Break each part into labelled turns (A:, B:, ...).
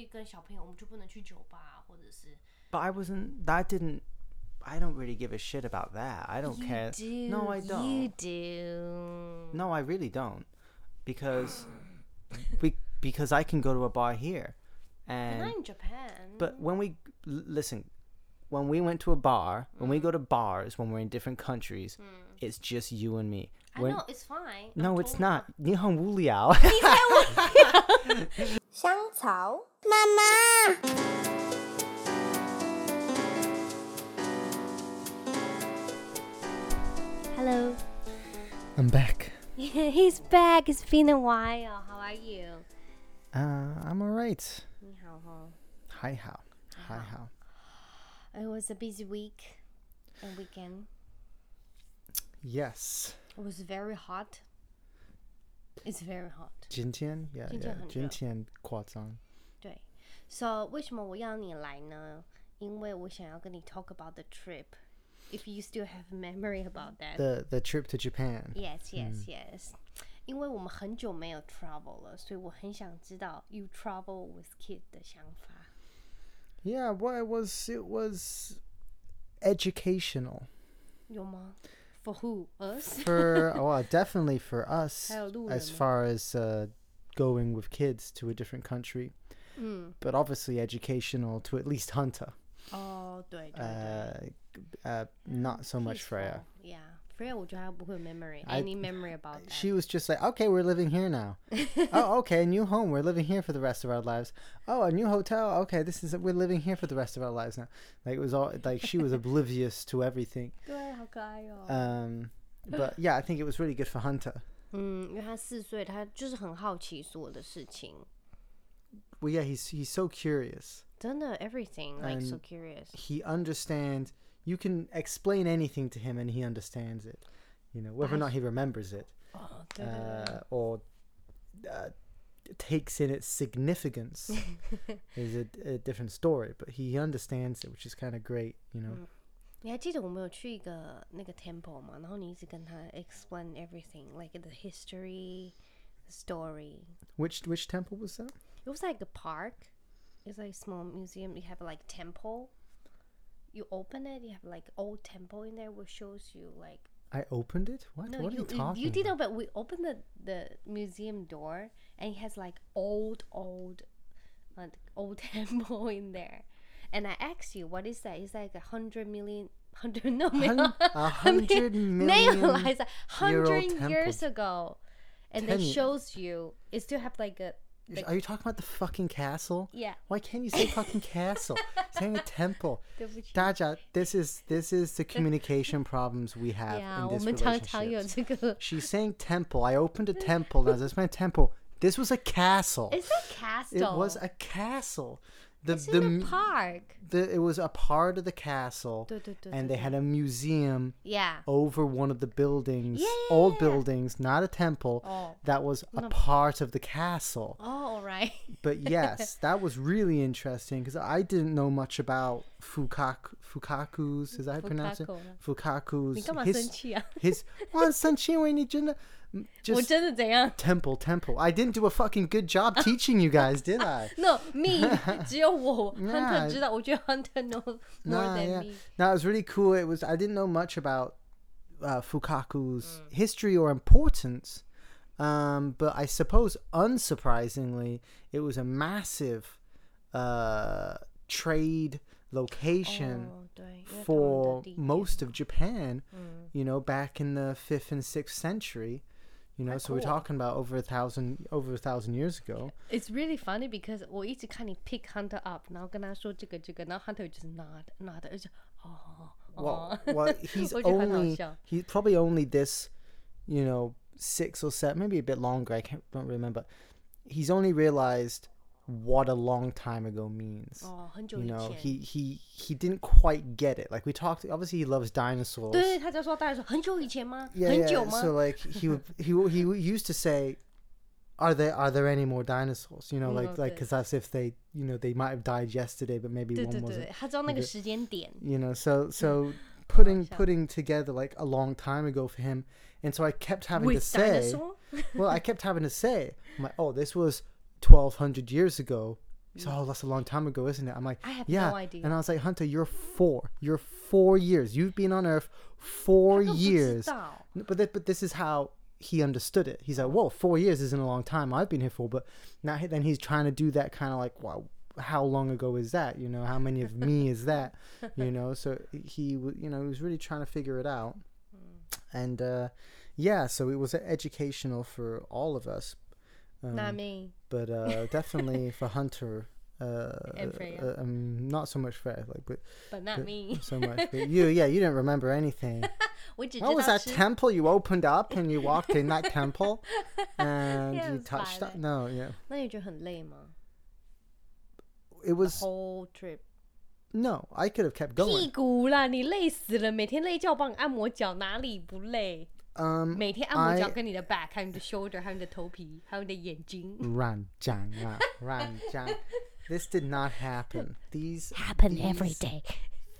A: 以跟小朋友，我们就不能去酒吧，或者是
B: But I wasn't. That didn't. I don't really give a shit about that. I don't care. No, I don't.
A: You do.
B: No, I really don't, because we because I can go to a bar here, and
A: Not in Japan.
B: but when we l- listen, when we went to a bar, when we go to bars, when we're in different countries, it's just you and me.
A: Hmm. I
B: When-
A: know it's fine. I'm
B: No, it's
A: totally
B: not. 你很无聊。
C: 香草妈妈。
A: fine. Hello.
B: I'm back.
A: He's back. It's been a while. How are you?
B: Uh, I'm alright.
A: 你好哈。
B: Hi how. Hi how.
A: It was a busy week and weekend.
B: Yes.
A: It was very hot. It's very hot.
B: 今天 yeah
A: 今天很热。
B: 今天夸张。
A: 对，So 为什么我要你来呢？因为我想要跟你 talk about the trip. If you still have memory about that.
B: The the trip to Japan.
A: Yes, yes, yes. 因为我们很久没有 travel 了，所以我很想知道 you travel with kid 的想法。
B: Yeah, well it was it was educational
A: 有吗？For who? Us?
B: for well definitely for us
A: 还有路人吗？
B: as far as uh, going with kids to a different country. But obviously educational to at least Hunter.
A: 哦，对对对。
B: Uh, uh, not so much Freya.
A: Yeah, Freya，我觉得她不会有 memory
B: I-
A: any memory about that.
B: She was just like, okay, we're living here now. oh, okay, new home. We're living here for the rest of our lives. Oh, a new hotel. Okay, this is we're living here for the rest of our lives now. Like it was all like she was oblivious to everything.
A: 对，好可爱哦。
B: Um, but yeah, I think it was really good for Hunter.
A: 嗯，因为她四岁，她就是很好奇所有的事情，
B: Well, yeah, he's he's so curious.
A: 真的 everything like so curious.
B: He understands. You can explain anything to him, and he understands it. You know, whether or not he remembers it
A: 哦，对对对，
B: uh, or uh, takes in its significance. is a, a different story, but he understands it, which is kind of great, you know.
A: Mm. 你还记得我们有去一个那个 temple 吗？然后你一直跟她 explain everything like the history, the story.
B: Which which temple was that?
A: It was like a park. It's like a small museum. You have like temple. You open it. You have like old temple in there, which shows you like
B: I opened it. What?
A: no,
B: what are
A: you
B: you talking?
A: you
B: about?
A: didn't. But we opened the the museum door, and it has like old old, like old temple in there. And I asked you, what is that? It's like a hundred million, hundred no,
B: Hun- a hundred million.
A: 没有，没有，like hundred years ago, and it
B: Ten-
A: shows you. It still have like a
B: Are you talking about the fucking castle?
A: yeah.
B: Why can't you say fucking castle? Saying a temple.
A: 对不起。
B: Daja, this is this is the communication problems we have
A: Yeah,
B: in this
A: 我们常常有
B: relationships.
A: 这 个。
B: She's saying temple. I opened a temple. Now this my temple. This was a castle.
A: It's a castle.
B: It was a castle. The
A: It's
B: the
A: in a
B: m-
A: park.
B: the it was a part of the castle,
A: 对，对，对，
B: and they had a museum
A: Yeah.
B: over one of the buildings,
A: Yeah, yeah,
B: old
A: yeah.
B: buildings, not a temple.
A: Oh.
B: That was a part of the castle.
A: Oh, right.
B: But yes, that was really interesting because I didn't know much about Fukaku, Fukaku's. Is that how you pronounce it? Fukaku's.
A: 你干嘛生气啊？
B: his 哇，生气，因为你真的- just
A: 我真的怎样
B: temple, temple. I didn't do a fucking good job teaching you guys, did I?
A: ？No, me 只有 我
B: Yeah.
A: Hunter 知道，我觉得 Hunter know more
B: Nah,
A: than
B: yeah.
A: me.
B: No, it was really cool. It was I didn't know much about uh, Fukaku's
A: Mm.
B: history or importance, um, but I suppose unsurprisingly, it was a massive uh, trade location
A: 哦，对，因为他们的
B: for
A: 地
B: most of Japan.
A: Mm.
B: You know, back in the fifth and sixth century. You know, so we're
A: cool.
B: talking about over a thousand over a thousand years ago.
A: It's really funny because 我一直看你 pick Hunter up，然后跟他说这个这个，然后 Hunter 就是 not not，而且哦哦
B: well, well he's
A: 我觉得很好
B: only
A: 笑。
B: he's probably only this you know six or seven maybe a bit longer i can't don't remember he's only realized what a long time ago means
A: 哦，很久
B: you
A: 以
B: know
A: 前，
B: he he he didn't quite get it like we talked obviously he loves dinosaurs
A: 对，他就说大家说很久以前吗？
B: yeah,
A: 很久
B: yeah.
A: 吗？
B: so like he would he would- he would- used to say are there are there any more dinosaurs you know like
A: No, the-
B: like because that's if they you know they might have died yesterday but maybe
A: 对
B: one
A: 对
B: wasn't
A: 对，他知道那个时间点。
B: you know so so
A: Mm.
B: putting
A: shit.
B: putting together like a long time ago for him and so i kept having to
A: With
B: say
A: dinosaur?
B: well i kept having to say I'm like, oh this was 1200 years ago He's oh, that's a long time ago, isn't it? I'm like,
A: Mm. I have
B: yeah.
A: no idea.
B: And I was like, Hunter, you're four. You're four years. You've been on Earth four
A: 他都不知
B: years.
A: 道
B: No, But th- but this is how he understood it. He's like, "Whoa, four years isn't a long time. I've been here for." But now he- then he's trying to do that kind of like, "Wow, how long ago is that? You know, how many of me is that? You know." So he, w- you know, he was really trying to figure it out,
A: Hmm.
B: and uh, yeah, so it was educational for all of us, um,
A: Not me.
B: but uh, definitely for Hunter. Uh,
A: And Freya.
B: uh, um, not so much Freya, like, but
A: But not me.
B: so much. But you, yeah, you didn't remember anything.
A: 我只知
B: What was
A: 道
B: that
A: 吃
B: temple you opened up and you walked in that temple and
A: Yeah, it
B: you
A: was
B: touched
A: violet.
B: that? No, yeah.
A: 那你觉得很累吗
B: It
A: ？The
B: was
A: whole trip，
B: no, I could have kept
A: 屁
B: going.
A: 股啦，你累死了，每天累觉帮你按摩脚，哪里不累？
B: Um
A: 每天按摩脚
B: I-
A: 跟你的 back，还有你的 shoulder，还有你的头皮，还有你的眼睛。
B: Ran Jang ah, Ran Jang. This did not happen. These
A: Happen every
B: these
A: day.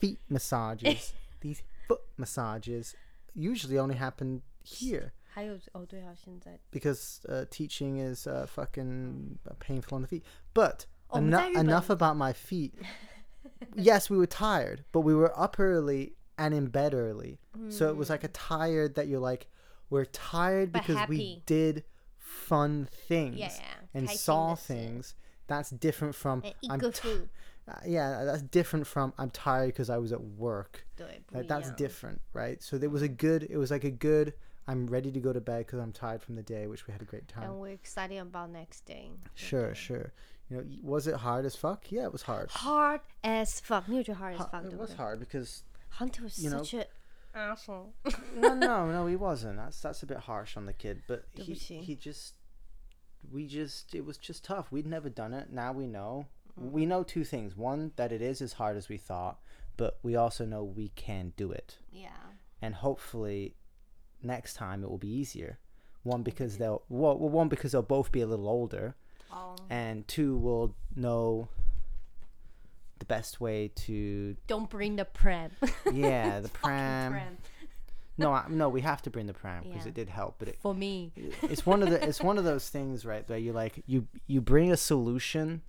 B: Feet massages. these foot massages usually only happen here
A: 还有哦，对啊，现在
B: because uh, teaching is uh, fucking painful on the feet. But
A: Oh,
B: eno-
A: very
B: enough about my feet. yes, we were tired, but we were up early and in bed early. So it was like a tired that you're like, we're tired
A: Mm. But
B: because we
A: happy.
B: did fun things
A: yeah.
B: and
A: 开心的
B: saw
A: 事
B: things. That's different from
A: And eat
B: I'm
A: good
B: ti-
A: food.
B: uh, yeah, that's different from I'm tired because I was at work.
A: 对，不
B: Like,
A: 一
B: that's
A: 样
B: different, right? So there was a good. It was like a good. I'm ready to go to bed because I'm tired from the day, which we had a great time.
A: And we're excited about next day.
B: Sure, sure. You know, y- was it hard as fuck? Yeah, it was hard.
A: Hard as fuck，你有觉得 hard as fuck 对
B: Hu- It
A: 不
B: was
A: 对
B: hard because
A: ？Hunter was
B: you know-
A: such a asshole.
B: no, no, no, he wasn't. That's that's a bit harsh on the kid, but he
A: Double-chin.
B: he just we just it was just tough. We'd never done it. Now we know. We know two things. One that it is as hard as we thought, but we also know we can do it.
A: yeah.
B: and hopefully next time it will be easier. One because they'll well, well, one because they'll both be a little older,
A: Oh.
B: and two will know the best way to
A: Don't bring the pram.
B: yeah the pram.
A: pram.
B: No, I, no, we have to bring the pram because
A: Yeah.
B: it did help, but it,
A: For me.
B: it's one of the it's one of those things right where you like you you bring a solution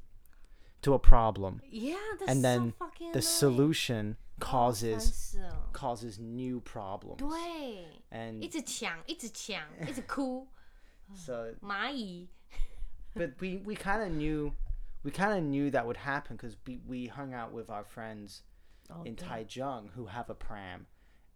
B: to a problem,
A: Yeah, that's
B: and then
A: so fucking
B: the solution causes
A: 是哦
B: causes new problems.
A: 对，
B: And
A: 一直抢，一直抢，一直哭，
B: so
A: 蚂蚁。
B: but we we kind of knew we kind of knew that would happen because we, we hung out with our friends
A: Oh,
B: in Taichung who have a pram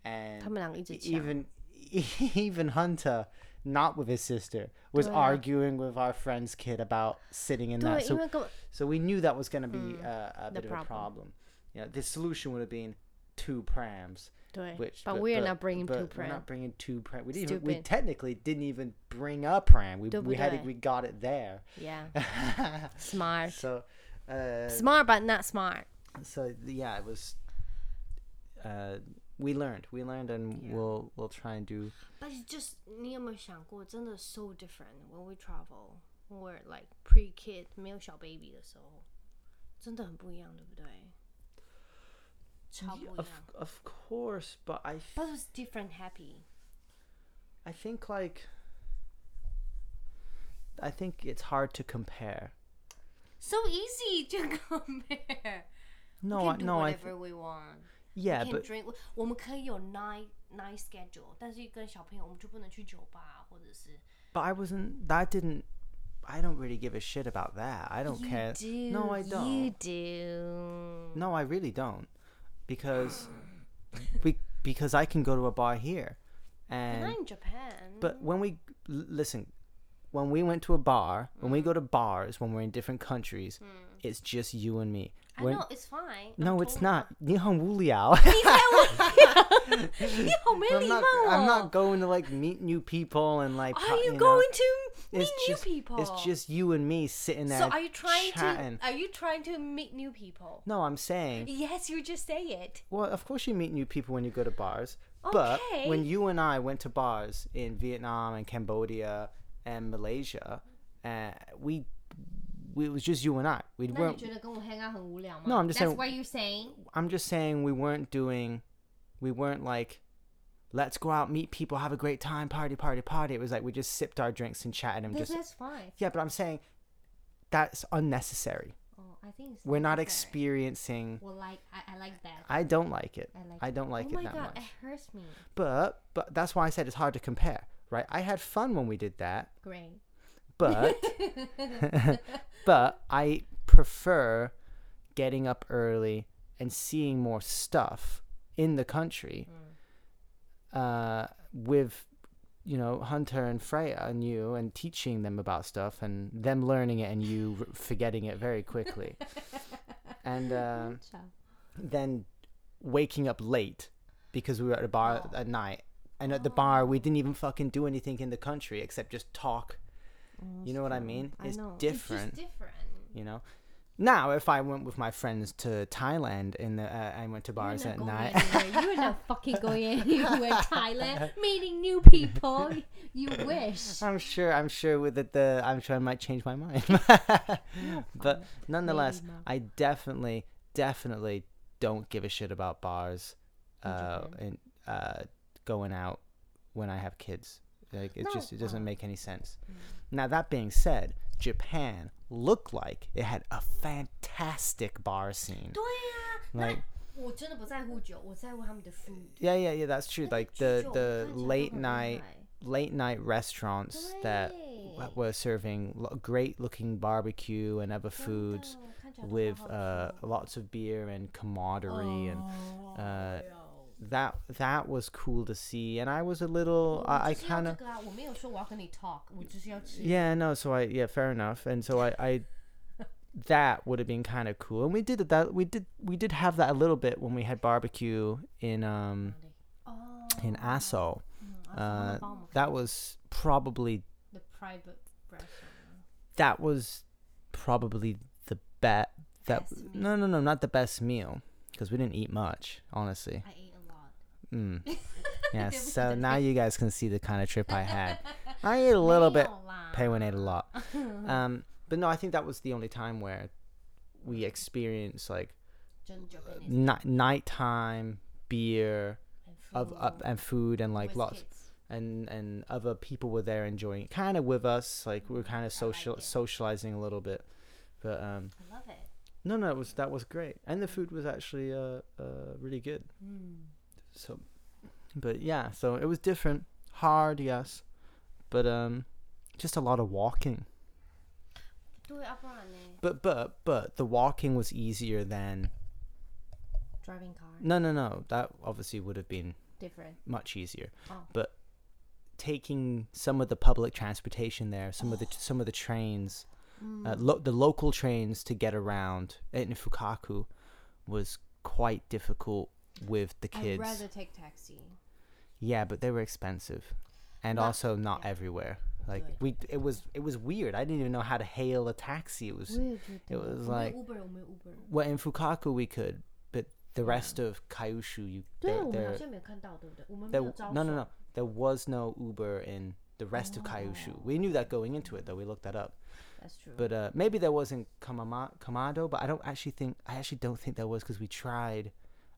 B: and e-,
A: 他们两个一直抢。
B: even even Hunter not with his sister was
A: Oh,
B: arguing with our friend's kid about sitting in
A: 对，因
B: that
A: 为
B: so
A: 根本
B: so we knew that was going to be uh, a
A: Mm, the
B: bit
A: problem.
B: of a problem you know the solution would have been two prams
A: 对
B: which
A: ，But we're
B: but-
A: not bringing
B: but
A: two
B: we're
A: pram.
B: not bringing two pram we didn't even, we
A: Stupid.
B: technically didn't even bring a pram we, we had it,
A: 对不对？
B: we got it there
A: Yeah, smart,
B: so, uh,
A: smart but not smart.
B: so yeah, it was. Uh, we learned, we learned, and we'll we'll try and do.
A: But it's just 你有没有想过，真的 so different when we travel, when we're like pre kid 没有小 baby 的时候，真的很不一样，对不对？超不一
B: Of,
A: 样。
B: of course, but I f-
A: But it was different happy.
B: I think like. I think it's hard to compare.
A: So easy to compare.
B: No,
A: we
B: I,
A: can do
B: no, I.
A: whatever we want.
B: Yeah,
A: can
B: but
A: drink. 我我们可以有 night night schedule，但是跟小朋友我们就不能去酒吧，或者是
B: but I wasn't. That didn't. I don't really give a shit about that. I don't care. no, I don't.
A: You do.
B: No, I really don't, because we because I can go to a bar here, and
A: Not in Japan.
B: but when we l- listen, when we went to a bar, when
A: Mm-hmm.
B: we go to bars, when we're in different countries, it's just you and
A: Mm.
B: me.
A: I
B: When-
A: know it's fine.
B: No,
A: I'm
B: it's
A: totally-
B: not. 你很无聊.
A: 你好没
B: I'm
A: 礼貌
B: not.
A: 哦。
B: I'm not going to like meet new people and like.
A: Are you
B: know,
A: going to meet
B: it's
A: new
B: just-
A: people?
B: It's just you and me sitting there.
A: So are you trying
B: chatting.
A: to? Are you trying to meet new people?
B: No, I'm saying.
A: Yes, you just say it.
B: Well, of course you meet new people when you go to bars. But when
A: Okay.
B: you and I went to bars in Vietnam and Cambodia and Malaysia, uh, we, we it was just you and I. We
A: 那你
B: weren't
A: 觉得跟我 hang out 很无聊吗
B: No, I'm just
A: That's
B: saying-
A: why you're saying.
B: I'm just saying we weren't doing, we weren't like, let's go out, meet people, have a great time, party, party, party. It was like we just sipped our drinks and chatted and
A: That's,
B: just.
A: that's fine.
B: Yeah, but I'm saying that's unnecessary.
A: Oh, I think it's
B: We're not
A: necessary.
B: experiencing.
A: Well, like I, I like that.
B: I don't like it.
A: I like
B: I don't like
A: oh
B: it
A: my
B: that
A: god,
B: much.
A: it hurts me.
B: But but that's why I said it's hard to compare, right? I had fun when we did that,
A: Great.
B: but but I prefer getting up early and seeing more stuff in the country uh, with you know Hunter and Freya and you and teaching them about stuff and them learning it and you r- forgetting it very quickly and uh,
A: Ciao.
B: then waking up late because we were at a bar at night and at the bar we didn't even fucking do anything in the country except just talk you know what I mean?
A: I
B: It's
A: know.
B: different
A: It's just different.
B: you know now if i went with my friends to thailand in the uh, i went to bars
A: You're
B: at
A: not
B: night
A: going anywhere. You're not fucking going anywhere. Thailand, meeting new people. You wish.
B: i'm sure i'm sure with the, the i'm sure i might change my mind but nonetheless
A: maybe not.
B: i definitely definitely don't give a shit about bars uh and uh going out when i have kids like it
A: No,
B: just it doesn't
A: uh,
B: make any sense now that being said japan looked like it had a fantastic bar scene
A: 对呀、啊，那
B: like
A: 我真的不在乎酒，我在乎他们的 food。
B: Yeah, yeah, yeah. That's true.
A: But
B: Like
A: the
B: the
A: Chichou,
B: the
A: Chichou
B: late
A: don't
B: night late night restaurants that w-
A: Right.
B: were serving lo- great looking barbecue and other foods with uh, lots of beer and camaraderie and uh, that that was cool to see. And I was a little I, I kind of
A: 我没有说我要跟你 talk，我就是要吃。
B: yeah no. So I yeah fair enough. And so I. I that would have been kind of cool and we did that we did we did have that a little bit when we had barbecue in um
A: Oh,
B: in Aso.
A: Aso,
B: Uh,
A: Alabama.
B: that was probably
A: the private restaurant.
B: that was probably the bet that
A: Best meal.
B: no no no not the best meal because we didn't eat much honestly.
A: I ate a lot.
B: Mm. Yeah, so now you guys can see the kind of trip I had. I ate a little bit.
A: 没有啦。
B: Paywin ate a lot. Um, but no, I think that was the only time where we experienced like
A: 真的就跟你
B: ni- nighttime beer of
A: food
B: up and food and like
A: with
B: lots
A: kids.
B: and and other people were there enjoying it kind of with us like we were kind of social
A: it.
B: socializing a little bit but um
A: I love it.
B: no no it was that was great and the food was actually uh, uh really good
A: Hmm.
B: so but yeah so it was different hard yes but um just a lot of walking
A: 对，要不然呢？Driving
B: but but but the walking was easier than
A: car
B: no no no that obviously would have been
A: different.
B: much easier.
A: Oh.
B: But taking some of the public transportation there, some of the some of the trains, uh, lo- the local trains to get around in Fukaku was quite difficult with the
A: I'd
B: kids.
A: rather take taxi.
B: Yeah, but they were expensive, and
A: Not-
B: also not
A: yeah.
B: everywhere. Like
A: Good.
B: we, it was it was weird. I didn't even know how to hail a taxi. It was it was like
A: Uber 我没有 Uber，
B: well in Fukaku we could, but the rest of Kyushu you they
A: 对，我们好
B: they're-
A: 像没有看到，对不对？我们没
B: there,
A: 有
B: w-
A: 招
B: no, no,
A: 手
B: no. There was no Uber in the rest of Kyushu. We knew that going into it, though. We looked that up.
A: That's true.
B: But uh, maybe there was in Kamama- Kamado, but I don't actually think. I actually don't think there was because we tried.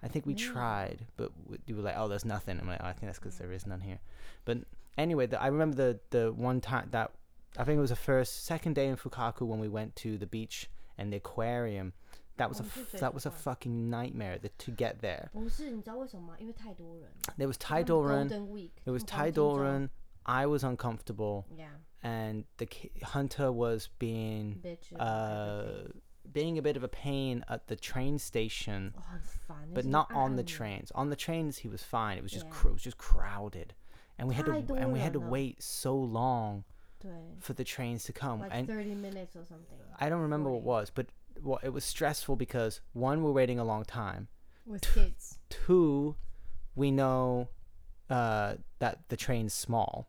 B: I think we tried, but we, you were like, "Oh, there's nothing." I'm like, oh, "I think that's because there is none here." But anyway, the, I remember the the one time that I think it was the first second day in Fukaku when we went to the beach and the aquarium. That was a
A: Oh, this
B: f-
A: is
B: that was a
A: fun.
B: fucking nightmare the, to get there.
A: 不是，你知道为什么吗？因为太多人。
B: There was
A: 他们
B: tidal run.
A: Golden Week.
B: It was
A: 黄
B: Ty
A: 金周
B: Doran. I was uncomfortable,
A: Yeah,
B: and the ki- hunter was being
A: bitch.
B: uh, being a bit of a pain at the train station,
A: 哦，很烦。
B: but
A: isn't it?
B: not on the
A: 暗
B: trains. On the trains, he was fine. It was just
A: Yeah.
B: cr- it was just crowded, and we had to
A: Ty
B: w- and we had to
A: Doran, uh,
B: wait so long
A: 对
B: for the trains to come.
A: ，like
B: and
A: thirty minutes or something.
B: I don't remember what it was, but well, it was stressful because one, we're waiting a long time.
A: With kids.
B: Two, we know uh, that the train's small.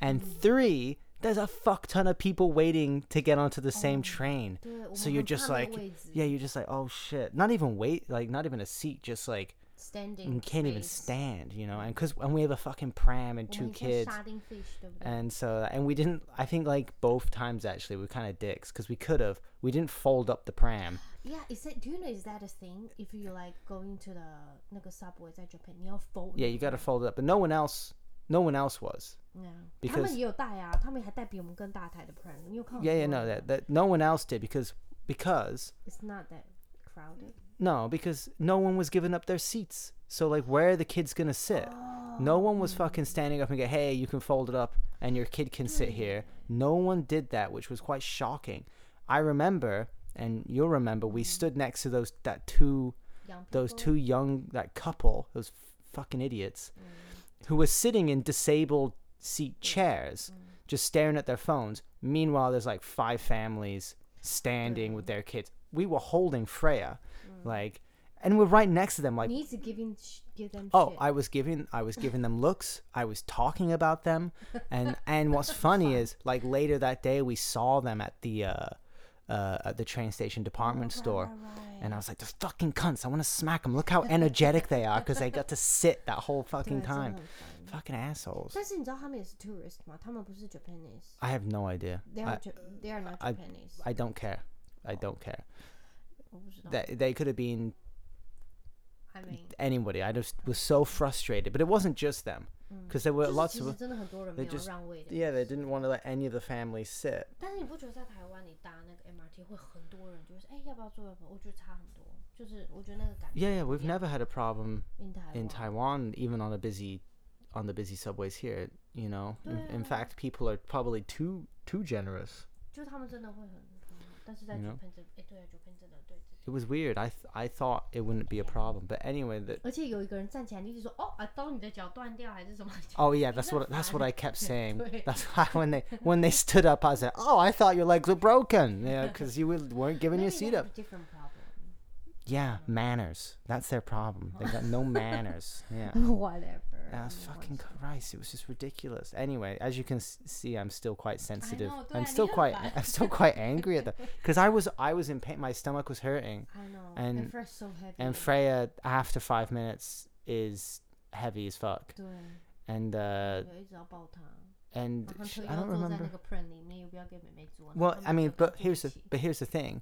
B: And three, there's a fuck ton of people waiting to get onto the same train.
A: 对，我
B: So
A: 们
B: you're
A: 很
B: just
A: 怕没
B: like,
A: 有位置
B: yeah, you're just like, oh shit. Not even wait, like, not even a seat, just like,
A: standing.
B: you can't even
A: space.
B: stand, you know? And, cause, and we have a fucking pram and
A: 我
B: two
A: 们以前
B: kids.
A: 沙丁 fish 对不对？
B: And so, and we didn't, I think like both times actually, we were kind of dicks because we could have, we didn't fold up the pram.
A: Yeah, is that do you know is that a thing? If you like going to the 那个 subway 在 Japan，你要 fold
B: Yeah, you got to fold it up. But no one else, no one else was.
A: Yeah，他
B: Because-
A: 们也有带啊，他们还带比我们更大台的 pram。你有看？
B: Yeah, yeah, no, that, that no one else did because because
A: It's not that crowded.
B: no, because no one was giving up their seats. So like, where are the kids gonna sit? No one was fucking standing up and go, "Hey, you can fold it up and your kid can sit here." No one did that, which was quite shocking. I remember, and you'll remember, we stood next to those that two
A: Young
B: those
A: people.
B: two young that couple those fucking idiots
A: Mm.
B: who were sitting in disabled seat chairs
A: Mm.
B: just staring at their phones meanwhile there's like five families standing
A: Mm.
B: with their kids we were holding freya like and we're right next to them like
A: needs to give, in, sh- give them
B: oh
A: shit.
B: i was giving i was giving them looks i was talking about them and and what's funny is like later that day we saw them at the uh uh, at the train station department store, and I was like, "Those fucking cunts! I want to smack them! Look how energetic they are because they got to sit that whole fucking time. Fucking assholes!
A: 但是你知道他们也是 tourist 吗？他们不是 Japanese。
B: I have no idea.
A: They
B: I,
A: are, Ja- they are not
B: I-
A: Japanese.
B: I don't care. I don't care.
A: 我不知道。
B: They, they could have been
A: I mean，
B: anybody. I just was so frustrated, but it wasn't just them because there
A: 就
B: were
A: 是
B: lots
A: 其实
B: of
A: 真的很多人
B: they
A: 没有
B: just-
A: 让位的。
B: yeah. They didn't want to let any of the families sit.
A: 但是你不觉得在台湾你搭那个 MRT 会很多人就是哎要不要坐要不要？我觉得差很多，就是我觉得那个感觉
B: Yeah, yeah. We've never had a problem
A: in 台湾
B: in Taiwan, even on a busy, on the busy subways here. You know, in, in fact, people are probably too too generous.
A: 就他们真的会很很好，但是在
B: You
A: 九
B: know?
A: 喷真哎对啊九喷真的对。对
B: It was weird. I th- I thought it wouldn't be a problem, but anyway, that
A: 而且有一个人站起来就一直说哦啊当你的脚断掉还是什么？
B: oh yeah, that's what that's what I kept saying. That's why when they when they stood up, I was like, oh, I thought your legs were broken, yeah, because you were- weren't giving your
A: Maybe
B: seat
A: they
B: up.
A: have a different problem.
B: Yeah, manners. That's their problem. They got no manners. Yeah.
A: Whatever.
B: Uh, fucking Christ! It was just ridiculous. Anyway, as you can s- see, I'm still quite sensitive.
A: know,
B: I'm
A: Dora,
B: still
A: you
B: quite.
A: got-
B: I'm still quite angry at that because I was. I was in pain. My stomach was hurting,
A: I know.
B: And-
A: And fresh so heavy.
B: and Freya after five minutes is heavy as fuck.
A: 对，
B: And uh,
A: 我一直要抱他。
B: and
A: 然后
B: sh-
A: 特意
B: I
A: 要
B: don't
A: 坐在
B: remember.
A: 那个 plan 里面，也不要给妹妹坐。
B: Well,
A: and 他
B: I
A: 们
B: mean,
A: 就跟
B: but
A: 她
B: here's
A: 坐
B: the
A: 一起
B: but here's the thing.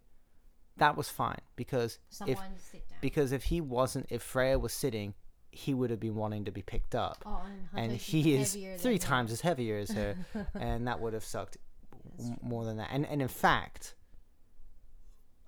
B: That was fine because if
A: someone sit down.
B: because if he wasn't if Freya was sitting, he would have been wanting to be picked up.
A: Oh, and, her
B: and
A: turkey's
B: he is
A: heavier
B: three
A: than her.
B: times as heavier as her, and that would have sucked m- more than that. And and in fact,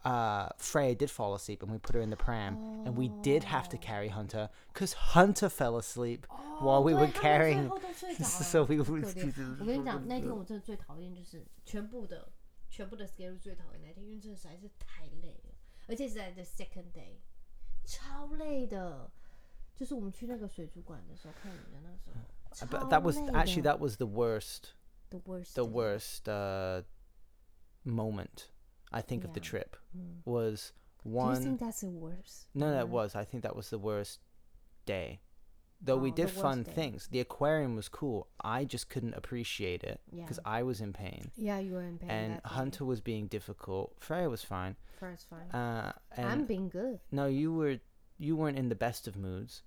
B: uh, Freya did fall asleep, and we put her in the pram, and we did have
A: Oh.
B: to carry Hunter because Hunter fell asleep while we
A: 对
B: were
A: 他们最
B: carrying.
A: 后都睡着
B: so
A: 了
B: we
A: 好
B: would-
A: 可怜我跟你讲，那天我真的最讨厌就是全部的全部的 schedule 最讨厌那天，因为真的实在是太累了，而且是在 the second day，超累的。就是我们去那个水族馆的时候，看你的那时候，
B: Uh, But that was
A: 超累的
B: actually that was the worst,
A: the worst
B: the
A: day
B: worst uh, moment I think of the
A: Yeah.
B: trip
A: Mm.
B: was
A: Do you
B: one.
A: think that's the worst?
B: No, no, it
A: Mhm.
B: was. I think that was the worst day. Though we
A: Oh, the
B: did
A: worst
B: fun
A: day.
B: things. The aquarium was cool. I just couldn't appreciate it because I was in pain.
A: Yeah, you were in pain.
B: and
A: that day.
B: Hunter was being difficult. Freya was fine.
A: first fine.
B: Uh, and
A: I'm being good,
B: no, you were you weren't in the best of moods,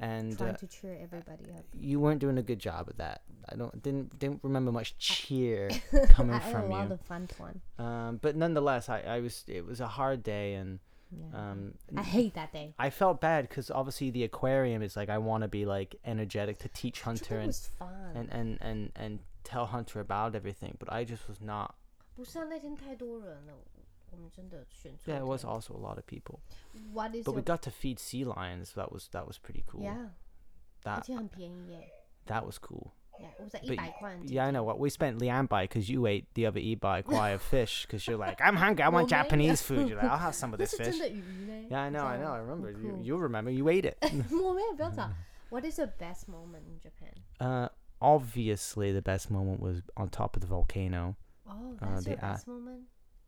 B: and
A: trying
B: uh,
A: Mm. to cheer everybody up.
B: you weren't doing a good job at that. I don't didn't didn't remember much cheer
A: I
B: coming
A: had a
B: from
A: lot
B: you.
A: of fun one.
B: Um, but nonetheless, I, I was it was a hard day, and
A: Yeah.
B: um,
A: I hate that day.
B: I felt bad because obviously the aquarium is like I want to be like energetic to teach Hunter
A: It
B: and,
A: was fun.
B: and and and and tell Hunter about everything, but I just was not.
A: 不是啊，那天太多人了，我们真的选错。
B: Yeah, it was also a lot of people,
A: What is
B: but we
A: your
B: got to feed sea lions. So that was that was pretty cool.
A: yeah？而
B: that
A: 且很便宜耶
B: that was cool.
A: ，yeah，我在一
B: But
A: 百块。
B: yeah, I know what we spent Leanne by because you ate the other e bike wire fish because you're like I'm hungry. I
A: Well, maybe-
B: want Japanese food. You're like I'll have some of
A: 那是
B: this
A: 真
B: fish.
A: 的鱼呢
B: Yeah, I know, I know. I remember you. You remember you ate it.
A: 我没有不要找。What is the best moment in Japan?
B: Uh, obviously, the best moment was on top of the volcano.
A: Oh,
B: Uh,
A: that's
B: the
A: your
B: a-
A: best moment.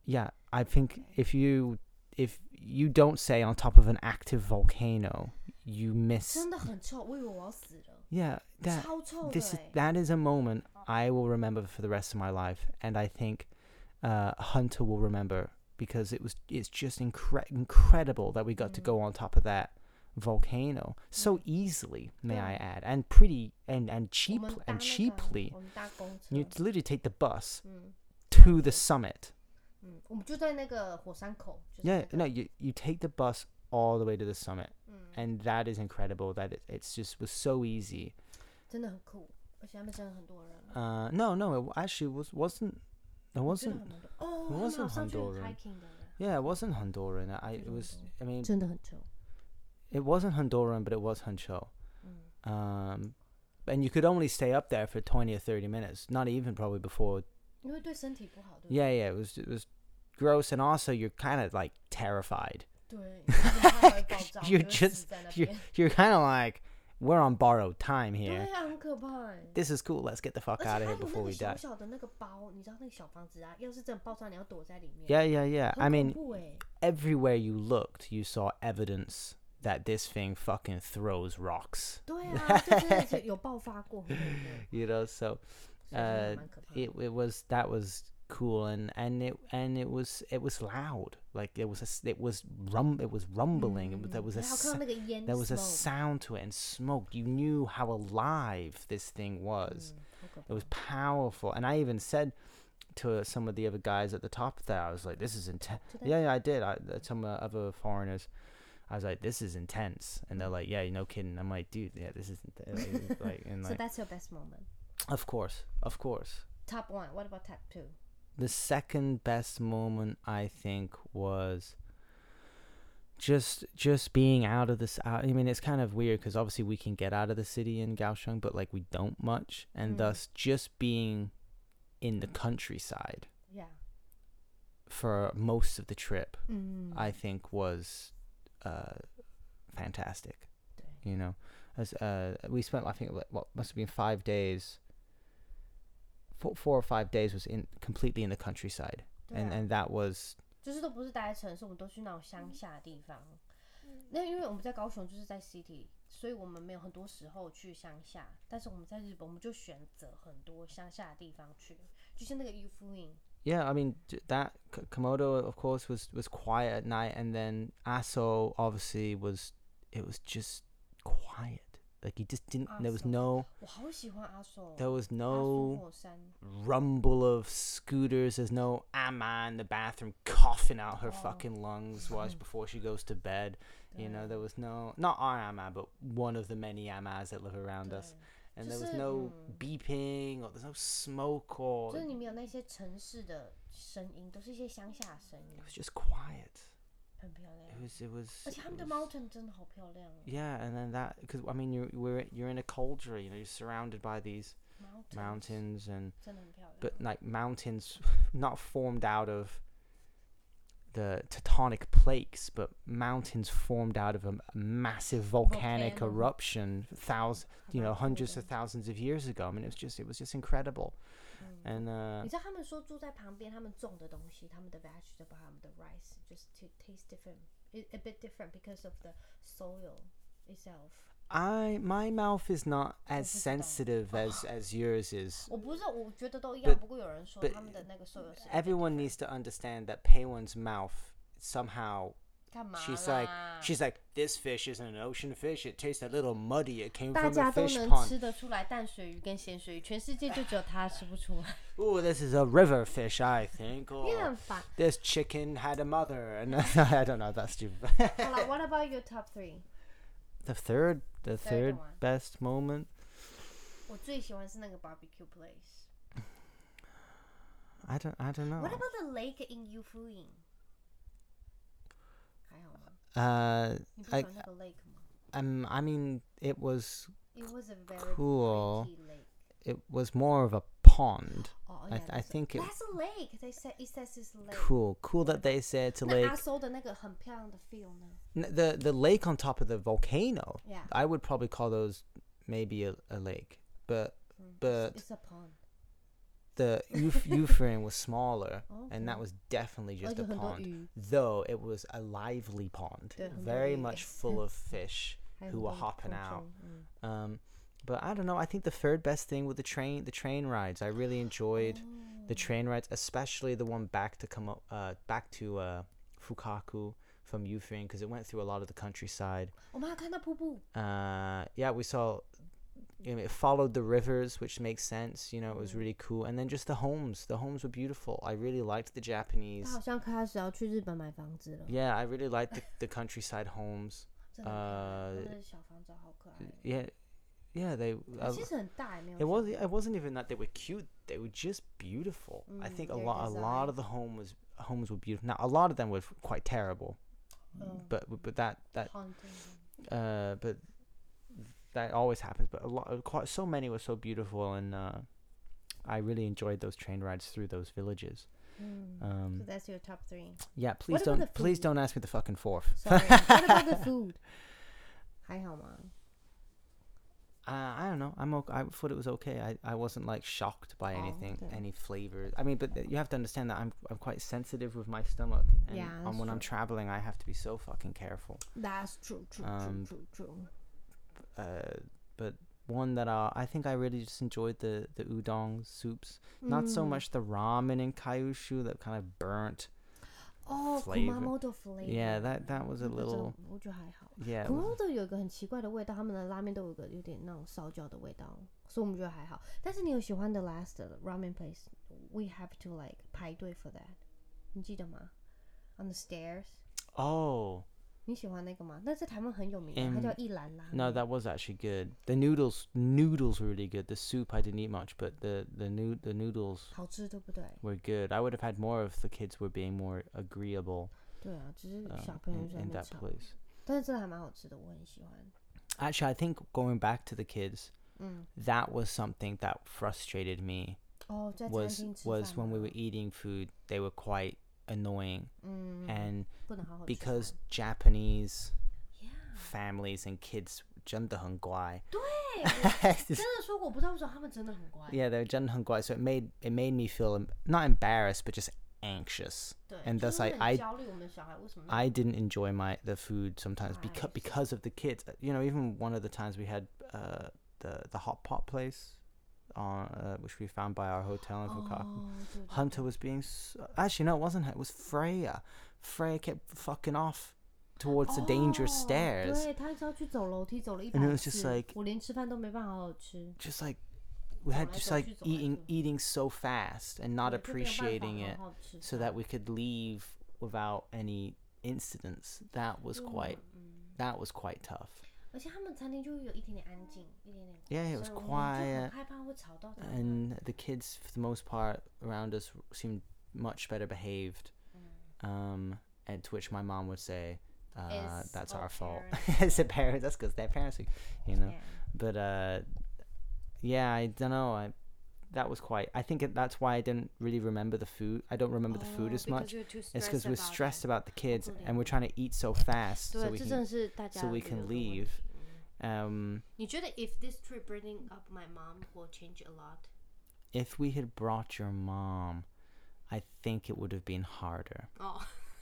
B: Yeah, I think if you if you don't say on top of an active volcano, you miss.
A: 真的很臭，我以为我要死 了，
B: Yeah, that
A: 超臭的
B: this is
A: 哎。
B: that is a moment I will remember for the rest of my life, and I think uh, Hunter will remember because it was it's just incre- incredible that we got to go on top of that volcano so easily, may I add, and pretty and and
A: 我
B: cheap
A: 们搭那个
B: and cheaply.
A: 我们搭公车
B: You，literally take the bus
A: 嗯
B: to the summit.
A: 嗯，我们就在那个火山口，就是那
B: Yeah,
A: 个
B: no, you you take the bus all the way to the summit, and that is incredible. That it, it's just was so easy.
A: 真的很酷，而且他们真的很多人。
B: Uh, no, no, it w- actually was wasn't.
A: 真
B: It
A: 的
B: wasn't.
A: 很多人哦，
B: wasn't
A: 他们好像去
B: 很多人
A: hiking 的人，
B: Yeah, it wasn't Honduran. I it was. I mean,
A: 真的很臭。
B: it wasn't Honduran, but it was Huncho. Um, and you could only stay up there for twenty or thirty minutes. Not even probably before.
A: 因为对身体不好，对不对？
B: Yeah, yeah. It was it was gross, and also you're kind of like terrified.
A: 对，就是它 会爆炸
B: you're
A: 你会死
B: just
A: 在那
B: you're
A: 边
B: you're kind of like we're on borrowed time
A: 对
B: here.
A: 啊，很可怕哎。
B: This is cool. Let's get the
A: 而
B: fuck
A: 且还
B: out of
A: 有
B: here
A: 那个
B: before we
A: 小
B: die.
A: 小的那个包，你知道那个小房子啊，要是真的爆炸，你要躲在里面。
B: Yeah, yeah, yeah.
A: 很
B: I
A: 恐
B: mean,
A: 怖哎，
B: everywhere you looked, you saw evidence that this thing fucking throws rocks.
A: 对啊，就真的是有爆发过，很恐怖
B: You know, so
A: 所以真的
B: uh,
A: 蛮可怕的。
B: it it was that was cool and and it and it was it was loud. Like it was a s it was rum it was rumbling. It was, there was a
A: 然后看到
B: s-
A: 那个烟
B: there was a
A: smoke
B: sound to it and smoke. You knew how alive this thing was.
A: 好可怕
B: It was powerful, and I even said to some of the other guys at the top there, I was like, "This is intense." Yeah, yeah, I did. I, uh, some uh, other foreigners, I was like, "This is intense," and they're like, "Yeah, no kidding." I'm like, "Dude, yeah, this is int- like, like, and
A: So
B: like,
A: that's your best moment.
B: of course, of course."
A: Top one. What about top two?
B: The second best moment I think was just just being out of this out I mean it's kind of weird cuz obviously we can get out of the city in Kaohsiung but like we don't much and
A: Mm.
B: thus just being in the countryside
A: Yeah.
B: for most of the trip
A: Mm.
B: I think was uh fantastic
A: Dang.
B: you know as uh we spent I think like, what must have been 5 days four, four or 5 days was in completely in the countryside and
A: Yeah.
B: and that was
A: 就是都不是待在城市，我们都去那种乡下的地方。那因为我们在高雄就是在 city，所以我们没有很多时候去乡下。但是我们在日本，我们就选择很多乡下的地方去，就像那个御夫营，
B: Yeah, I mean j- that K- Komodo, of course, was was quiet at night, and then Aso obviously was. It was just quiet. Like you just didn't. There was
A: Aso.
B: no.
A: 我好喜欢阿寿哦，
B: There was
A: 阿苏
B: no
A: 火山，
B: rumble of scooters. There's no Amma in the bathroom coughing out
A: Oh.
B: her fucking lungs while before she goes to bed. You know, there was no not our Amma, but one of the many Ammas that live around us. And there was
A: Just, mm.
B: no beeping or there's no smoke or
A: 就是你
B: it
A: 没有那些城市的声音，都是一些乡下的声音，
B: was just quiet.
A: 很漂亮。
B: It was it was.
A: 而且他们
B: it
A: 的
B: was-
A: mountain 真的好漂亮哦
B: Yeah, and then that because I mean you're we're, you're in a cauldron, you know, you're surrounded by these
A: ，mountain
B: mountains and
A: 真的很漂亮。
B: but like mountains not formed out of the tectonic plates, but mountains formed out of a m- massive volcanic
A: Volcano.
B: eruption thousands, you know,
A: Around
B: hundreds
A: Jordan.
B: of thousands of years ago. I mean, it was just it was just incredible,
A: Mm.
B: and uh,
A: 你知道他们说住在旁边，他们种的东西，他们的 vegetable，他们的 rice just to taste different, i- a bit different because of the soil itself。
B: I my mouth is not as
A: just don't.
B: sensitive as as yours is.
A: 我不知道，我觉得都一样。
B: But-
A: 不过有人说
B: but 呃
A: 他们的那个 soil 是
B: Everyone needs to understand that Peiwen's mouth somehow
A: 干嘛
B: She's like,
A: 啦
B: she's like, this fish isn't an ocean fish. It tastes a little muddy. It came
A: 大
B: from a
A: 家都
B: fish
A: 能
B: pond.
A: 吃得出来淡水鱼跟咸水鱼，全世界就只有他吃不出来，
B: Ooh, this is a river fish, I think. Or
A: 你很烦。
B: this chicken had a mother, and I don't know. That's stupid.
A: 好了，What about your top three？
B: the third, the
A: Third
B: third
A: one.
B: best moment.
A: 我最喜欢是那个 barbecue place。
B: I don't, I don't know.
A: What about the lake in Yufuin？还好吗？
B: Uh,
A: 你不喜
B: I,
A: 欢那个 lake 吗
B: um, I mean, it was,
A: ？It was a very
B: Cool.
A: pretty lake.
B: it was more of a pond.
A: Oh,
B: I,
A: yeah,
B: th- I
A: that's a-
B: think it
A: that's a lake. They said it says it's a lake.
B: cool, cool that they said to
A: 那
B: like
A: 阿搜的那个很漂亮的 feel 呢？
B: N- the the lake on top of the volcano.
A: Yeah.
B: I would probably call those maybe a, a lake, but but
A: Mm. It's a pond.
B: the euf- Euphrates was smaller, and that was definitely just a
A: 而且很多
B: pond.
A: 鱼。
B: Though it was a lively pond,
A: 对，很多
B: very
A: 鱼。
B: much full of fish
A: 还有
B: who were
A: 很多
B: hopping
A: 虫
B: out.
A: 虫嗯
B: Um, but I don't know. I think the third best thing with the train, the train rides. I really
A: Oh.
B: enjoyed the train rides, especially the one back to come uh, back to uh, Fukaku from Euphrates because it went through a lot of the countryside.
A: 我们还看到瀑布，
B: uh, yeah, we saw. You know, it followed the rivers, which makes sense. You know, it was
A: Mm.
B: really cool. And then just the homes. The homes were beautiful. I really liked the
A: 他
B: Japanese.
A: 好像开始要去日本买房子了。
B: Yeah, I really liked the, the countryside homes. Uh,
A: 真的很漂亮，
B: 呃
A: 他们的小房子好可爱哦。
B: Yeah, yeah, they. I,
A: 其实很大，也没有
B: uh, it
A: 小。
B: was. It wasn't even that they were cute. They were just beautiful. I think a
A: Mm, their
B: lot. A lot
A: design.
B: of the home was. homes were beautiful. Now a lot of them were quite terrible,
A: Mm.
B: but but that that
A: Haunting.
B: uh, but that always happens. But a lot, quite so many were so beautiful, and uh, I really enjoyed those train rides through those villages.
A: So
B: Um,
A: that's your top three.
B: yeah,
A: What
B: please
A: about the
B: don't please
A: food?
B: don't ask me the fucking fourth.
A: Sorry. what about the food? Hi, Mom.
B: Uh, I don't know. I'm okay. I thought it was okay. I, I wasn't like shocked by
A: Oh,
B: anything,
A: okay.
B: any flavors. I mean, but th- you have to understand that I'm I'm quite sensitive with my stomach, and
A: Yeah,
B: um,
A: that's
B: when I'm
A: true.
B: traveling, I have to be so fucking careful.
A: That's true, true,
B: Um,
A: true, true, true.
B: Uh, but one that uh, I think I really just enjoyed the the udon soups. Not
A: Mm.
B: so much the ramen in Kyushu that kind of burnt.
A: Oh,
B: flavor.
A: Kumamoto flavor.
B: Yeah, that that was a little.
A: 我觉得还好。
B: Yeah. it was-
A: 古都有一个很奇怪的味道，他们的拉面都有一个有点那种烧焦的味道，所以我们觉得还好。但是你有喜欢的 last ramen place，we have to like 排队 for that，你记得吗？On the stairs，
B: Oh
A: 你喜欢那个吗？那在台湾很有名的，
B: 嗯
A: 它叫一兰拉面。
B: no, that was actually good. The noodles noodles were really good. The soup I didn't eat much, but the the noo- the noodles
A: 好吃对不对？
B: were good. I would have had more if the kids were being more agreeable
A: 对啊，只
B: um,
A: 是小朋友
B: in,
A: 在那
B: in
A: 边
B: that
A: 吵，
B: place.
A: 但是真的还蛮好吃的，我很喜欢。
B: Actually, I think going back to the kids,
A: 嗯，
B: that was something that frustrated me.
A: 哦，在餐
B: Was
A: 厅吃
B: was
A: 饭
B: when we
A: 吗
B: were eating food, they were quite annoying,
A: 嗯，
B: and
A: 不能好好吃
B: because
A: 饭
B: Japanese
A: Yeah
B: families and kids 真的很乖.
A: 对，真的说我不知道为什么他们真的很乖。
B: yeah, they were 真的很乖. So it made it made me feel em- not embarrassed, but just anxious.
A: 对
B: And
A: 就是
B: thus I
A: 很
B: I
A: 焦虑我们小孩为什么那么
B: I didn't enjoy my the food sometimes because
A: Right.
B: because of the kids. Uh, You know, even one of the times we had uh, the the hot pot place, on uh, which we found by our hotel in Fukaku.
A: 哦对对
B: Hunter was being s actually no, it wasn't her. It was Freya. Freya kept fucking off towards the dangerous
A: 哦
B: stairs.
A: 对他只要去走楼梯，走了一
B: And it
A: 百
B: was just
A: 次
B: like-，
A: 我连吃饭都没办法好好吃。
B: Just like we had
A: Zomato,
B: just like
A: she's
B: eating
A: Zomato.
B: eating so fast and not
A: 我就没有办法
B: appreciating it,
A: 好好吃
B: so that
A: 饭
B: we could leave without any incidents. That was quite
A: 嗯，
B: that was quite tough.
A: 而且他们餐厅就有一点点安静，一点点
B: Yeah, it was
A: 所以我们就很
B: quiet.
A: 害怕会吵到他们。
B: and the kids for the most part around us seemed much better behaved um and to which my mom would say uh,
A: It's
B: that's
A: our
B: our fault as a parent that's because they're parents you know
A: Yeah.
B: but uh yeah i don't know i that was quite i think it, that's why i didn't really remember the food i don't remember the food
A: Oh,
B: as much
A: because you're too
B: it's because we're
A: about it.
B: stressed about the kids
A: Including-
B: and we're trying to eat so fast so
A: 对，
B: we
A: 这真的
B: can
A: 是大家
B: so we
A: 觉得
B: can
A: 的问
B: leave
A: 题
B: um
A: You should if this trip bringing up my mom will change a lot.
B: if we had brought your mom i think it would have been harder
A: 哦，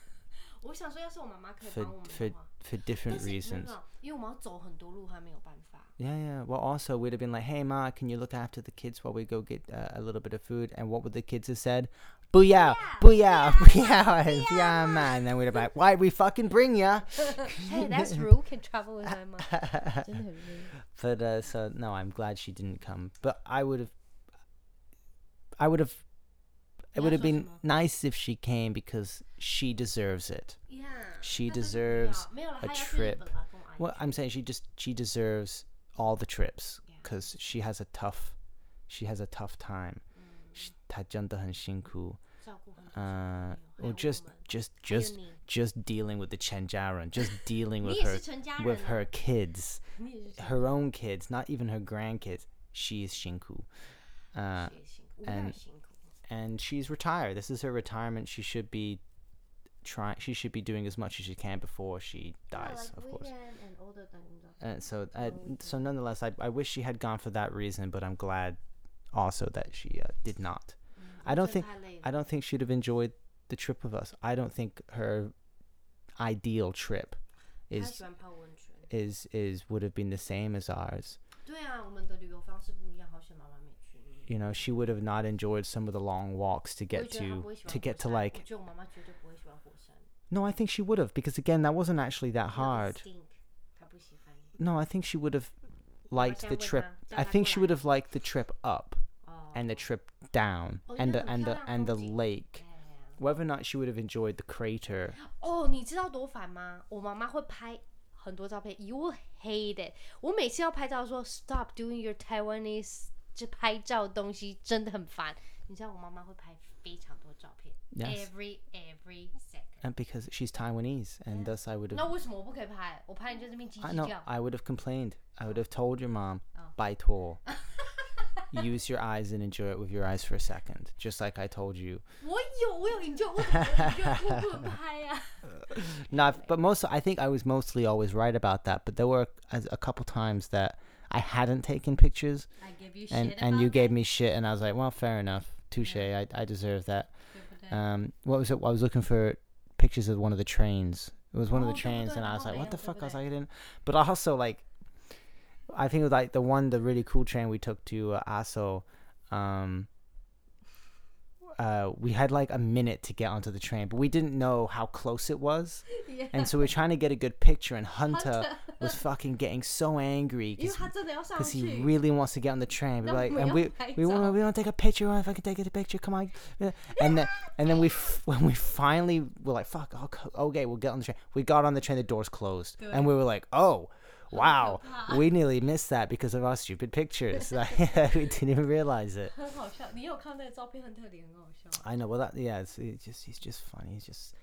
A: 我想说，要是我妈妈可以
B: for
A: 帮我们
B: for
A: 的话，
B: for
A: 但
B: different
A: 是没有
B: reasons.
A: 没有，因为我们要走很多路，还没有办 法。
B: Yeah, yeah. Well, also we'd have been like, "Hey, ma, can you look after the kids while we go get uh, a little bit of food?" And what would the kids have said? Booyah, booyah, booyah, and yeah, man. And then we'd have been like, "Why'd we fucking bring ya?"
A: Hey, that's rude. Can travel with my mom. 真的很 rude.
B: But uh, so no, I'm glad she didn't come. But I would have, I would have, it
A: Yeah,
B: would have
A: so
B: been
A: small.
B: nice if she came because she deserves it.
A: Yeah.
B: She
A: 但是不要
B: deserves
A: 没有了她
B: a
A: 要去日
B: trip.
A: 本啦跟我阿姨
B: Well, I'm saying she just she deserves all the trips
A: Yeah.
B: because she has a tough, she has a tough time. She- 她真的很辛苦,
A: 照顾很多小
B: Uh,
A: 朋友还有
B: or
A: 我
B: just
A: 们
B: just just
A: 你
B: just dealing with the Chenjaran, just dealing
A: 你
B: with
A: 也
B: her
A: 是陈家人
B: with
A: 啊，
B: her kids,
A: 你也是陈
B: her own kids, not even her grandkids. She is shinku, uh,
A: 也辛苦，我们也
B: and-
A: 辛苦。
B: and she's retired. This is her retirement. She should be trying. She should be doing as much as she can before she dies, of course. Uh, so, I, so nonetheless, I, I wish she had gone for that reason, but I'm glad also that she uh, did not. I don't think I don't think she'd have enjoyed the trip with us. I don't think her ideal trip
A: 他
B: is
A: 喜欢泡温泉。
B: is is would have been the same as ours.
A: 对啊，我们的旅游方式不一样，好险妈妈没去。
B: You know, she would have not enjoyed some of the long walks
A: 我
B: to
A: 也
B: get
A: 觉得她不
B: to
A: 会喜欢
B: to get to
A: 火山
B: like.
A: 我觉得我妈妈绝对不会喜欢火山。
B: No, I think she would have because again, that wasn't actually that hard.
A: Stink，她不喜欢。
B: No, I think she would have liked the
A: Jaguar
B: trip.
A: Brown.
B: I think she
A: Jaguar.
B: would have liked the trip up.
A: 哦，
B: and the trip down
A: Oh,
B: and
A: yeah,
B: the
A: we
B: and
A: saw
B: the
A: that
B: and the
A: mountain.
B: lake.
A: 哎呀
B: Whether or not she would have enjoyed the crater,
A: 哦，你知道多烦吗？我妈妈会拍很多照片，You will hate it。我每次要拍照说 Stop doing your Taiwanese 这拍照东西真的很烦，你知道我妈妈会拍非常多照片
B: Yes.
A: every every second。
B: and because she's Taiwanese, and thus I would have.
A: 那为什么我不可以拍？我拍你就这边叽
B: I
A: 叽
B: know.
A: 叫。
B: I would have complained. I would have told your mom,
A: Oh.
B: "By tour, use your eyes and enjoy it with your eyes for a secsecond, just like I told you."
A: 我有，我有 enjoy，我怎么没有 enjoy 不能拍呀、
B: No, I've- but most I think I was mostly always right about that. But there were a, a couple times that I hadn't taken pictures,
A: I give you shit
B: and and you
A: about
B: gave me shit, and I was like, "Well, fair enough, touche. I I deserve that." Um, what was it? I was looking for pictures of one of the trains. It was one
A: Oh,
B: of
A: over
B: the trains,
A: there,
B: and I was
A: over
B: like, "What the
A: there,
B: fuck?"
A: over
B: I was like, "I didn't." But also, like, I think it was like the one, the really cool train we took to uh, Aso. Um, uh, we had like a minute to get onto the train, but we didn't know how close it was,
A: Yeah.
B: and so we were trying to get a good picture. And Hunter, was fucking getting so angry
A: 因为
B: because
A: 他真的要上
B: because
A: 去。
B: he really wants to get on the train. But
A: Oh, No,
B: like,
A: we
B: and
A: all
B: we
A: hate
B: we want
A: that.
B: we want to take a picture. Oh, if I can take a picture, come on. Yeah. And then and then we f- when we finally were like, fuck, oh, co- okay, we'll get on the train. We got on the train, the doors closed, and we were like, oh. Wow, we nearly missed that because of our stupid pictures. Like, we didn't even realize it.
A: 很好笑，你有看那个照片，很特别，很好笑。
B: I know. Well, that yeah, it's, it's just he's just funny. He's just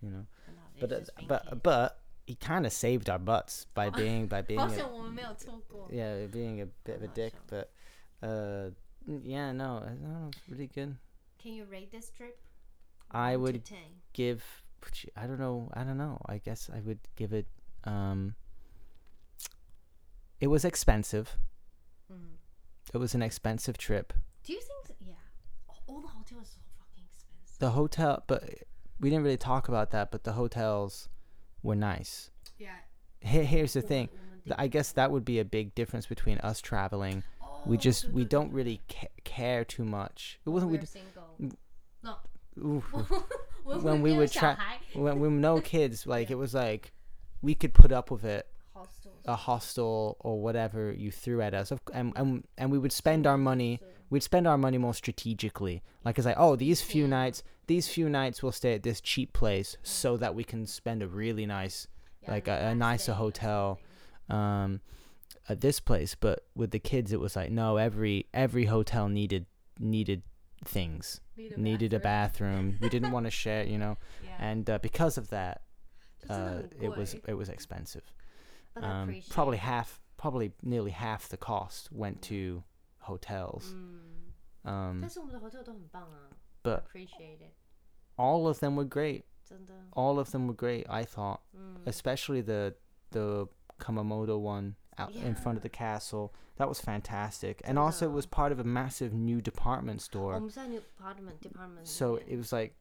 B: you know,
A: 很好
B: but
A: 也
B: uh,
A: 是 being
B: but but he kind of saved our butts by being by being.
A: 好
B: a-
A: 险我们没有错过。
B: yeah, being a bit of a
A: not
B: dick,
A: sure.
B: but uh, n- yeah, no, I don't know, it's really good.
A: Can you rate this trip?
B: I
A: One to
B: would
A: ten.
B: give, I don't know, I don't know. I guess I would give it. Um, it was expensive.
A: Mm.
B: It was an expensive trip.
A: Do you think? that- yeah. All the hotels are so fucking expensive.
B: The hotel, but we didn't really talk about that. But the hotels were nice.
A: Yeah.
B: Here- Here's the thing.
A: woman
B: th- I guess that would be a big difference between us traveling. We
A: Oh,
B: just
A: good,
B: we
A: good,
B: don't really ca- care too much. It wasn't we.
A: We're
B: d-
A: single.
B: w-
A: No.
B: oof.
A: when,
B: when we
A: 没有
B: would
A: 小
B: try
A: 孩
B: when we were no kids like it was like we could put up with it
A: hostels.
B: a hostel or whatever you threw at us Of c- and and, and we would spend our money we'd spend our money more strategically like it's like oh these few nights these few nights we'll stay at this cheap place so that we can spend a really nice
A: Yeah,
B: like a, a
A: relaxation
B: nicer
A: or
B: hotel
A: something.
B: um at this place but with the kids it was like no every every hotel needed needed things
A: Need a
B: needed a
A: bathroom.
B: bathroom we didn't want to share you know
A: Yeah.
B: and uh, because of that
A: Just a
B: uh,
A: little
B: it was
A: boy,
B: it was expensive.
A: but I
B: Um,
A: appreciate
B: probably
A: it.
B: half, probably nearly half the cost went to hotels.
A: 嗯，
B: Um,
A: 但是我们的 hotel 都很棒啊 I
B: but
A: ，appreciate it，
B: all of them were great.
A: 真的，
B: All of them were great. I thought,
A: 嗯
B: especially the the Kamamoto one out in front of the castle. That was fantastic, and also it was part of a massive new department
A: 我
B: store.
A: 们在 new apartment department，
B: So
A: 里
B: it
A: 面
B: was like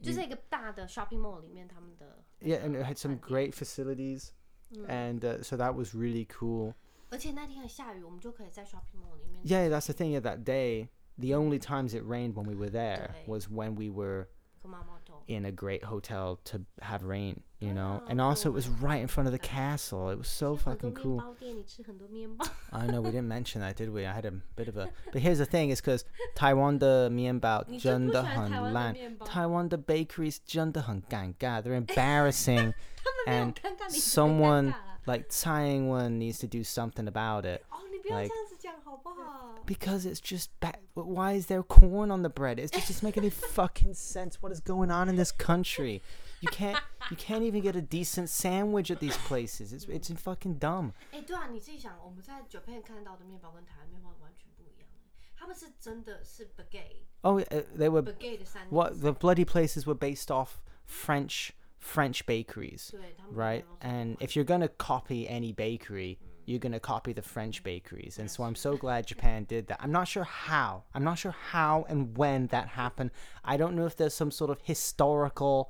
A: 就是一个大的 shopping mall 里面他们的，
B: yeah, and it had some great facilities,
A: Mm.
B: and uh, so that was really cool.
A: 而且那天还下雨，我们就可以在 shopping mall 里面，
B: Yeah, that's the thing. Yeah, that day, the only times it rained when we were there
A: Right.
B: was when we were
A: 跟妈妈走，
B: in a great hotel to have rain, you know.
A: Oh,
B: And also, it
A: cool.
B: was right in front of the castle. It was so
A: 有很多
B: fucking
A: 面
B: cool.
A: 包店，你吃很多面包，
B: I know we didn't mention that, did we? I had a bit of a. But here's the thing: is because Taiwan the mianbao
A: 你最不喜欢台
B: 真的很
A: 湾的
B: 烂
A: 面包，
B: Taiwan the bakeries 真的很尴尬. They're embarrassing,
A: 他们没有
B: and
A: 尴尬，你是被尴
B: someone
A: 尬了。
B: like Tsai Ing-wen needs to do something about it.
A: 哦，你不要这
B: like-
A: 样子讲好不好？
B: Because it's just ba- why is there corn on the bread? It's just, just making any fucking sense. What is going on in this country? You can't you can't even get a decent sandwich at these places. It's it's fucking dumb.
A: 哎、对啊，你自己想，我们在 Japan 看到的面包跟台湾面包完全不一样，他们是真的是 bagay
B: Oh, uh, they were
A: bagay 的三明治，
B: what the bloody places were based off French French bakeries,
A: 对他们的
B: right?
A: 面包是
B: And if you're gonna copy any bakery, you're gonna copy the French bakeries. And so I'm so glad Japan did that. I'm not sure how. I'm not sure how and when that happened. I don't know if there's some sort of historical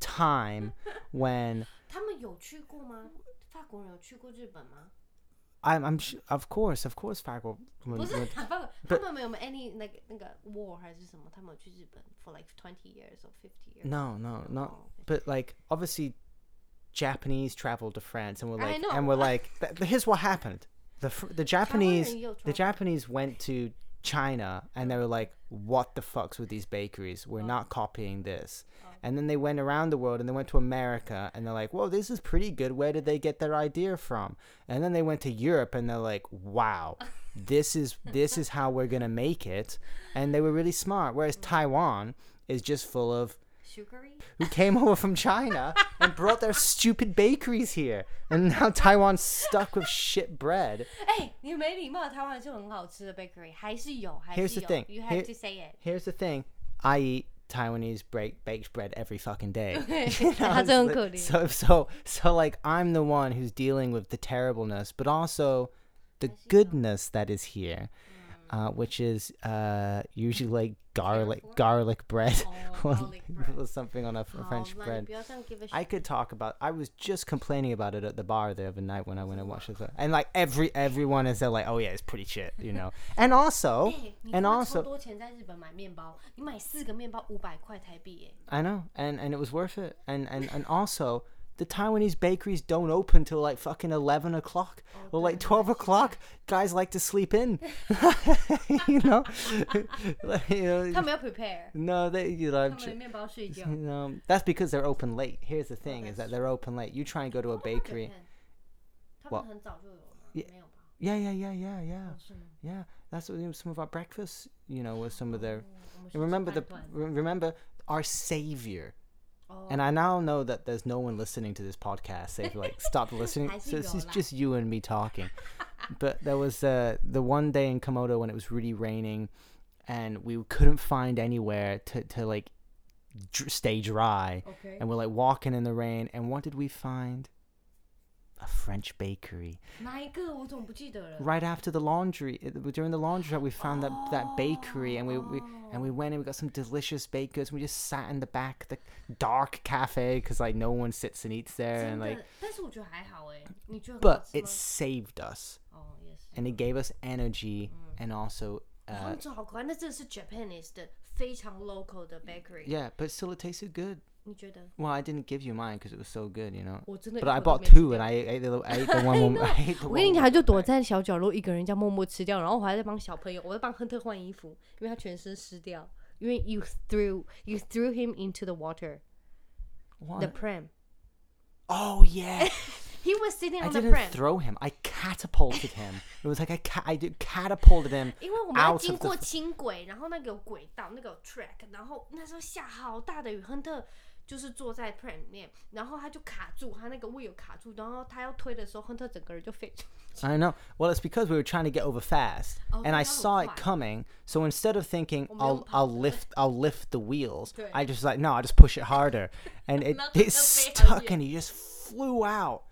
B: time when
A: 他们有去过吗？法国人有去过日本吗？
B: I'm, I'm sh- of course, of course, Fargo.
A: 不
B: would-
A: 是
B: would-
A: 法国，他们没有 any 那个那个 war 还是什么？他们有去日本
B: 嗯
A: for like twenty years or fifty years。
B: No, no, not.
A: Oh, okay.
B: But like, obviously, Japanese traveled to France, and we're
A: I
B: like,
A: know.
B: and we're like, th- th- here's what happened. The fr- the Japanese
A: yo, travel.
B: the Japanese went to China, and they were like, what the fucks with these bakeries? We're
A: Oh.
B: not copying this. And then they went around the world, and they went to America, and they're like, whoa, this is pretty good. Where did they get their idea from? And then they went to Europe, and they're like, wow. this is this is how we're gonna make it, and they were really smart.
A: Mm.
B: Whereas Taiwan is just full of
A: Sugary?
B: who came over from China and brought their stupid bakeries here, and now Taiwan's stuck with shit bread.
A: 哎、欸，你没礼貌，台湾就很好吃的 bakery，还是有，还是有。
B: Here's the thing.
A: You have
B: Here-
A: to say it.
B: Here's the thing. I eat Taiwanese break, baked bread every fucking day.
A: That's
B: it's
A: uncool,
B: like-
A: dude.
B: So so so like I'm the one who's dealing with the terribleness, but also the goodness that is here. Uh, which is uh, usually like garlic garlic bread,
A: Oh,
B: or
A: garlic bread.
B: or something on a f- French bread.
A: Oh 好啦，你不要这样 give a
B: I
A: shit。
B: could talk about. I was just complaining about it at the bar the other night when I went and watched it, and like every everyone is there like, oh yeah, it's pretty shit, you know. And also,
A: 哎，你
B: and
A: 花
B: also,
A: 超多钱在日本买面包，你买四个面包500块台币耶。
B: I know, and and it was worth it, and and and also. The Taiwanese bakeries don't open till like fucking eleven o'clock or like twelve o'clock. Guys like to sleep in, you know. Like, you know,
A: 他们要 prepare，
B: no, they you know. I'm ju-
A: 他们面包睡觉。
B: No, that's because they're open late. Here's the thing: is that they're open late. You try and go to a bakery.
A: Oh 他们很早就有吗？没有吧？
B: Yeah, yeah, yeah, yeah, yeah.
A: 是吗？
B: Yeah, that's what, some of our breakfast, you know, was some of their.
A: 我们
B: And remember the
A: 是吃饭团。
B: re- remember our savior.
A: Oh.
B: And I now know that there's no one listening to this podcast. They've like stopped listening,
A: I
B: so it's
A: see
B: just, just you and me talking. but there was uh, the one day in Komodo when it was really raining, and we couldn't find anywhere to to like dr- stay dry,
A: Okay.
B: and we're like walking in the rain. And what did we find? A French bakery.
A: 哪一个？我总不记得了。
B: right after the laundry it- during the laundry shop, we found that that bakery and we, we
A: Oh.
B: and we went and we got some delicious bakers and we just sat in the back of the dark cafe because like no one sits and eats there
A: 真
B: and like
A: 的，但是我觉得还好哎，你觉得很好
B: but
A: 吃
B: it
A: 吗？
B: saved us
A: 哦，也是。
B: and it gave us energy
A: Mm.
B: and also
A: 他
B: uh,
A: 们做好快，那真的是 Japanese 的非常 local 的 bakery。
B: 嗯 yeah but still it tasted good
A: 你觉得？
B: well I didn't give you mine because it was so good you know
A: 我真的
B: but I
A: 一口都
B: bought
A: 没吃
B: two and I ate the, I ate the one woman I ate the
A: 我跟你
B: one
A: 讲，他就躲在小角落一个人这样默默吃掉，然后我还在帮小朋友，我在帮亨特换衣服，因为他全身湿掉，因为 you threw you threw him into the water the
B: woman.
A: pram
B: oh yeah
A: he was sitting
B: I
A: on the
B: didn't
A: pram，
B: throw him. I catapulted him. It was like I, ca- I did catapulted him
A: 因为我们要
B: out
A: 经
B: of
A: 过
B: the.
A: 轻轨，然后那个有轨道，那个有 track，然后那时候下好大的雨，亨特就是坐在 pram 里面，然后他就卡住，他那个 wheel 卡住，然后他要推的时候，亨特整个人就飞出。
B: I know. Well, it's because we were trying to get over fast,
A: Oh,
B: and I
A: that was
B: saw it
A: why.
B: coming. So instead of thinking
A: Oh, my
B: I'll
A: own
B: I'll
A: power.
B: lift I'll lift the wheels,
A: Good.
B: I just like no, I just push it harder, and it
A: Not
B: it
A: the failure.
B: stuck, and he just flew out,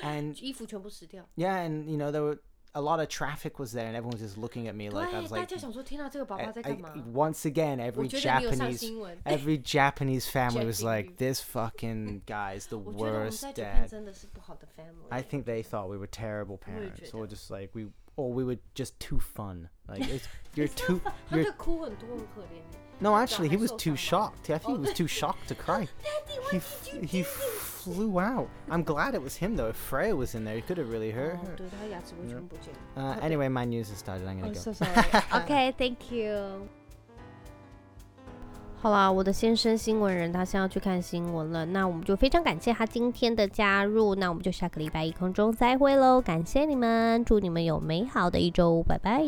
B: and
A: 衣服全部湿掉，
B: yeah, and you know there were a lot of traffic was there, and everyone was just looking at me like I
A: 对，
B: was
A: 大
B: like.
A: 家想说，天到这个宝宝在
B: I-
A: 干嘛？
B: once again, every
A: 觉得没有上
B: Japanese
A: 新闻
B: every Japanese family was
A: Japanese.
B: like, "This fucking guy's the
A: 我觉得我们
B: worst
A: 在 Japan
B: dad."
A: 真的是不好的 family。
B: I think they thought we were terrible parents,
A: 觉
B: or
A: 得。
B: just like we, or we were just too fun. Like it's, you're too,
A: 他
B: you're
A: 就哭很多，很可怜。
B: no. Actually, he was
A: so
B: too
A: fun.
B: shocked. I think he was too shocked to
A: Oh
B: cry.
A: Daddy, why
B: He
A: did
B: f-
A: you
B: he
A: do this?
B: flew out. I'm glad it was him though. If Freya was in there, it could have really hurt
A: 哦
B: her.
A: 对，他牙齿会全不见。
B: Uh, anyway, my news has started. I'm gonna
A: I'm
B: go.
A: so sorry. okay, thank you. 好啦，我的先生新闻人，他现在要去看新闻了。那我们就非常感谢他今天的加入。那我们就下个礼拜一空中再会喽，感谢你们，祝你们有美好的一周，拜拜。